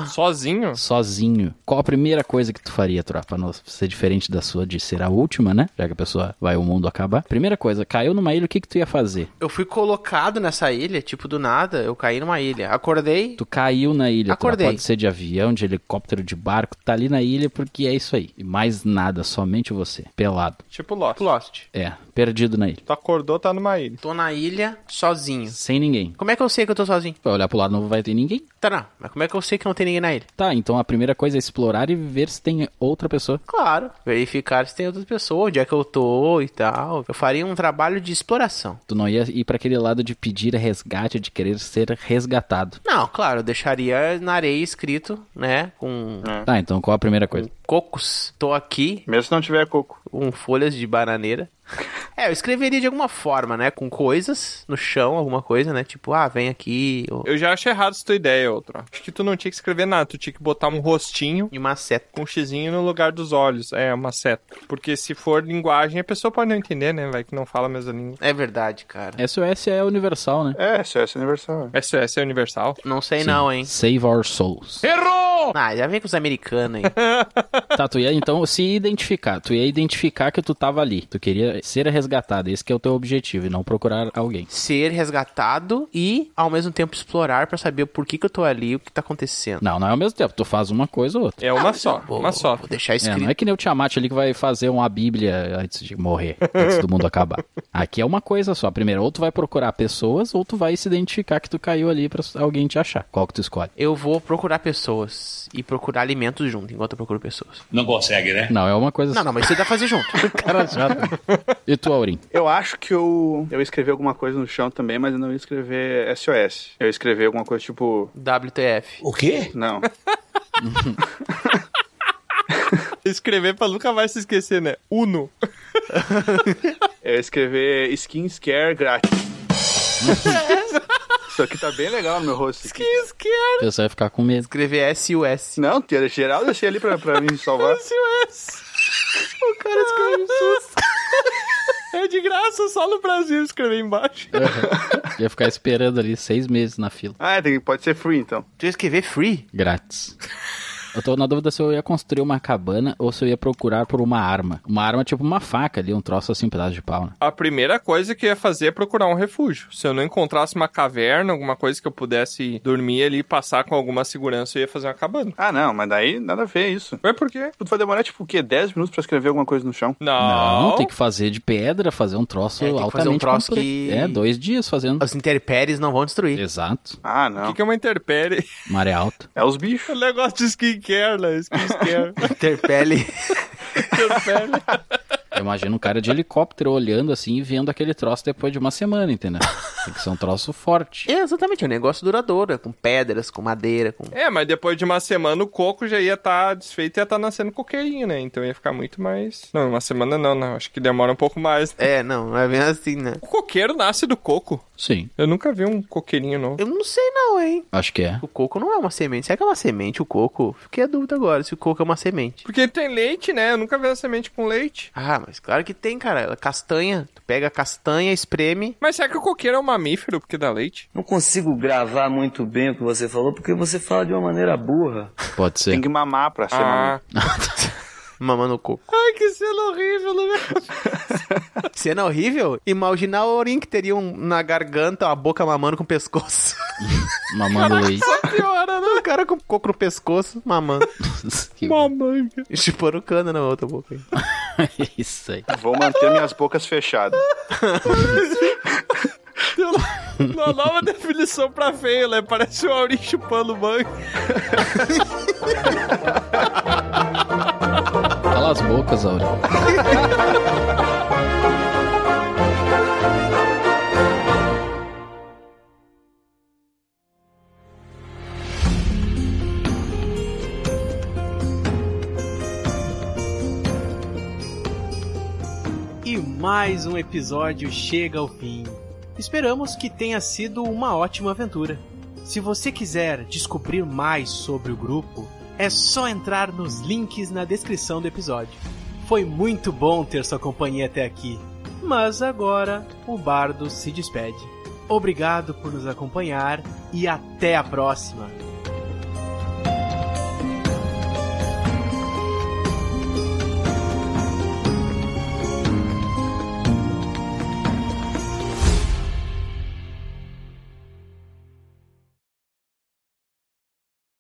[SPEAKER 3] Sozinho?
[SPEAKER 2] Sozinho. Qual a primeira coisa que tu faria, tropa? Não ser diferente da sua de ser a última, né? Já que a pessoa vai o mundo acabar. Primeira coisa, caiu numa ilha, o que que tu ia fazer?
[SPEAKER 1] Eu fui colocado nessa ilha, tipo, do nada, eu caí numa ilha. Acordei.
[SPEAKER 2] Tu caiu na ilha, tu
[SPEAKER 1] Acordei.
[SPEAKER 2] pode ser de avião, de helicóptero, de barco, tá ali na ilha porque é isso aí. E mais nada, somente você, pelado.
[SPEAKER 3] Tipo Lost.
[SPEAKER 1] Lost.
[SPEAKER 2] É, perdido na ilha.
[SPEAKER 3] Tu acordou, tá numa ilha.
[SPEAKER 1] Tô na ilha, sozinho.
[SPEAKER 2] Sem ninguém.
[SPEAKER 1] Como é que eu sei que eu tô sozinho?
[SPEAKER 2] Vai olhar pro lado, não vai ter ninguém.
[SPEAKER 1] Tá, não. Mas como é que eu sei que não tem ninguém na ilha?
[SPEAKER 2] Tá, então a primeira coisa é explorar e ver se tem outra pessoa.
[SPEAKER 1] Claro. Verificar se tem outra pessoa, onde é que eu tô e tal. Eu faria um trabalho de exploração.
[SPEAKER 2] Tu não ia ir pra aquele lado de pedir resgate, de querer ser resgatado.
[SPEAKER 1] Não, claro, eu deixaria na areia escrito, né? Com
[SPEAKER 2] Tá, então qual a primeira coisa?
[SPEAKER 1] cocos. Tô aqui,
[SPEAKER 4] Mesmo se não tiver coco.
[SPEAKER 1] com folhas de bananeira. É, eu escreveria de alguma forma, né? Com coisas no chão, alguma coisa, né? Tipo, ah, vem aqui. Ou...
[SPEAKER 3] Eu já acho errado essa tua ideia, outra. Acho que tu não tinha que escrever nada, tu tinha que botar um rostinho
[SPEAKER 1] E uma seta.
[SPEAKER 3] com um xizinho no lugar dos olhos. É, uma seta. Porque se for linguagem, a pessoa pode não entender, né? Vai que não fala a mesma língua.
[SPEAKER 1] É verdade, cara.
[SPEAKER 2] SOS é universal, né?
[SPEAKER 4] É, SOS Universal.
[SPEAKER 3] SOS é universal?
[SPEAKER 1] Não sei não, hein?
[SPEAKER 2] Save our souls.
[SPEAKER 1] Ah, já vem com os americanos aí.
[SPEAKER 2] Tá, tu ia então se identificar. Tu ia identificar que tu tava ali. Tu queria ser resgatado. Esse que é o teu objetivo e não procurar alguém.
[SPEAKER 1] Ser resgatado e, ao mesmo tempo, explorar pra saber por que, que eu tô ali, o que tá acontecendo.
[SPEAKER 2] Não, não é ao mesmo tempo. Tu faz uma coisa ou outra.
[SPEAKER 3] É uma só,
[SPEAKER 1] Vou,
[SPEAKER 3] uma só.
[SPEAKER 1] Vou deixar
[SPEAKER 2] É, não
[SPEAKER 1] escrito.
[SPEAKER 2] é que nem o Tiamat ali que vai fazer uma bíblia antes de morrer, antes do mundo acabar. Aqui é uma coisa só. Primeiro, ou tu vai procurar pessoas, ou tu vai se identificar que tu caiu ali pra alguém te achar. Qual que tu escolhe?
[SPEAKER 1] Eu vou procurar pessoas e procurar alimentos junto, enquanto eu procuro pessoas.
[SPEAKER 6] Não consegue, né?
[SPEAKER 2] Não, é uma coisa
[SPEAKER 1] Não, não, mas isso dá pra fazer junto.
[SPEAKER 2] Cara chato. E tu, Aurim?
[SPEAKER 4] Eu acho que eu, eu escrevi alguma coisa no chão também, mas eu não ia escrever SOS. Eu ia escrever alguma coisa tipo.
[SPEAKER 1] WTF.
[SPEAKER 6] O quê?
[SPEAKER 4] Não.
[SPEAKER 3] Escrever pra nunca mais se esquecer, né? Uno.
[SPEAKER 4] Eu ia escrever skin scare grátis. Isso aqui tá bem legal no meu rosto. aqui.
[SPEAKER 2] A pessoa vai ficar com medo.
[SPEAKER 1] Escrever SUS.
[SPEAKER 4] Não, tia, geral eu deixei ali pra, pra me salvar.
[SPEAKER 3] O cara um escreve SUS. É de graça, só no Brasil escrever embaixo.
[SPEAKER 2] né? Ia ficar esperando ali seis meses na fila.
[SPEAKER 4] Ah, tem, pode ser free então.
[SPEAKER 1] Tu ia escrever free?
[SPEAKER 2] Grátis. Eu tô na dúvida se eu ia construir uma cabana ou se eu ia procurar por uma arma. Uma arma tipo uma faca ali, um troço assim, um pedaço de pau, né?
[SPEAKER 3] A primeira coisa que eu ia fazer é procurar um refúgio. Se eu não encontrasse uma caverna, alguma coisa que eu pudesse dormir ali e passar com alguma segurança, eu ia fazer uma cabana.
[SPEAKER 4] Ah, não, mas daí nada a ver isso.
[SPEAKER 3] Ué, por quê?
[SPEAKER 4] Tu vai demorar tipo o quê? 10 minutos pra escrever alguma coisa no chão?
[SPEAKER 3] Não.
[SPEAKER 2] Não, tem que fazer de pedra, fazer um troço
[SPEAKER 1] É, tem que
[SPEAKER 2] altamente
[SPEAKER 1] fazer um troço
[SPEAKER 2] completo.
[SPEAKER 1] que-
[SPEAKER 2] É, dois dias fazendo.
[SPEAKER 1] Os interpéries não vão destruir.
[SPEAKER 2] Exato.
[SPEAKER 4] Ah,
[SPEAKER 3] O
[SPEAKER 4] não.
[SPEAKER 3] que, que é uma interpere?
[SPEAKER 2] Maré alta.
[SPEAKER 4] É os bichos.
[SPEAKER 3] O negócio de skincare, né? Skincare.
[SPEAKER 1] Interpele.
[SPEAKER 3] interpere.
[SPEAKER 2] Eu imagino um cara de helicóptero olhando assim e vendo aquele troço depois de uma semana, entendeu? Tem que ser um troço forte.
[SPEAKER 1] É, exatamente, é um negócio duradouro, é com pedras, com madeira, com...
[SPEAKER 3] É, mas depois de uma semana o coco já ia estar desfeito e ia estar nascendo coqueirinho, né? Então ia ficar muito mais. Não, uma semana não, não. Acho que demora um pouco mais.
[SPEAKER 1] É, não, não é bem assim, né?
[SPEAKER 3] O coqueiro nasce do coco.
[SPEAKER 2] Sim,
[SPEAKER 3] Eu nunca vi um coqueirinho novo.
[SPEAKER 1] Eu não sei não, hein?
[SPEAKER 2] acho que é.
[SPEAKER 1] O coco não é uma semente. Será que é uma semente o coco? Fiquei a dúvida agora se o coco é uma semente.
[SPEAKER 3] Porque tem leite, né? Eu nunca vi a semente com leite.
[SPEAKER 1] Ah, mas claro que tem, cara. Ela é Castanha. Tu pega a castanha, espreme.
[SPEAKER 3] Mas será que o coqueiro é um mamífero porque dá leite?
[SPEAKER 8] Não consigo gravar muito bem o que você falou, porque você fala de uma maneira burra.
[SPEAKER 2] Pode
[SPEAKER 4] Tem
[SPEAKER 2] ser.
[SPEAKER 4] que mamar pra ser mamífero.
[SPEAKER 3] Ah.
[SPEAKER 1] Mama no coco.
[SPEAKER 3] Ai, que cena horrível, né?
[SPEAKER 1] Cena horrível? Imaginar o Orin que teria um, na garganta uma boca mamando com o pescoço.
[SPEAKER 2] Mamando leite.
[SPEAKER 1] Só piora, né? O cara com coco no pescoço, mamando.
[SPEAKER 2] Que-
[SPEAKER 3] Mamãe.
[SPEAKER 1] E Chupando cana na outra boca.
[SPEAKER 2] Isso aí.
[SPEAKER 4] Vou manter minhas bocas fechadas.
[SPEAKER 3] Uma nova definição pra feio, né? Parece o Aurim chupando manga.
[SPEAKER 2] Cala as bocas, Auri.
[SPEAKER 12] E mais um episódio chega ao fim. Esperamos que tenha sido uma ótima aventura. Se você quiser descobrir mais sobre o grupo, é só entrar nos links na descrição do episódio. Foi muito bom ter sua companhia até aqui, mas agora o bardo se despede. Obrigado por nos acompanhar e até a próxima!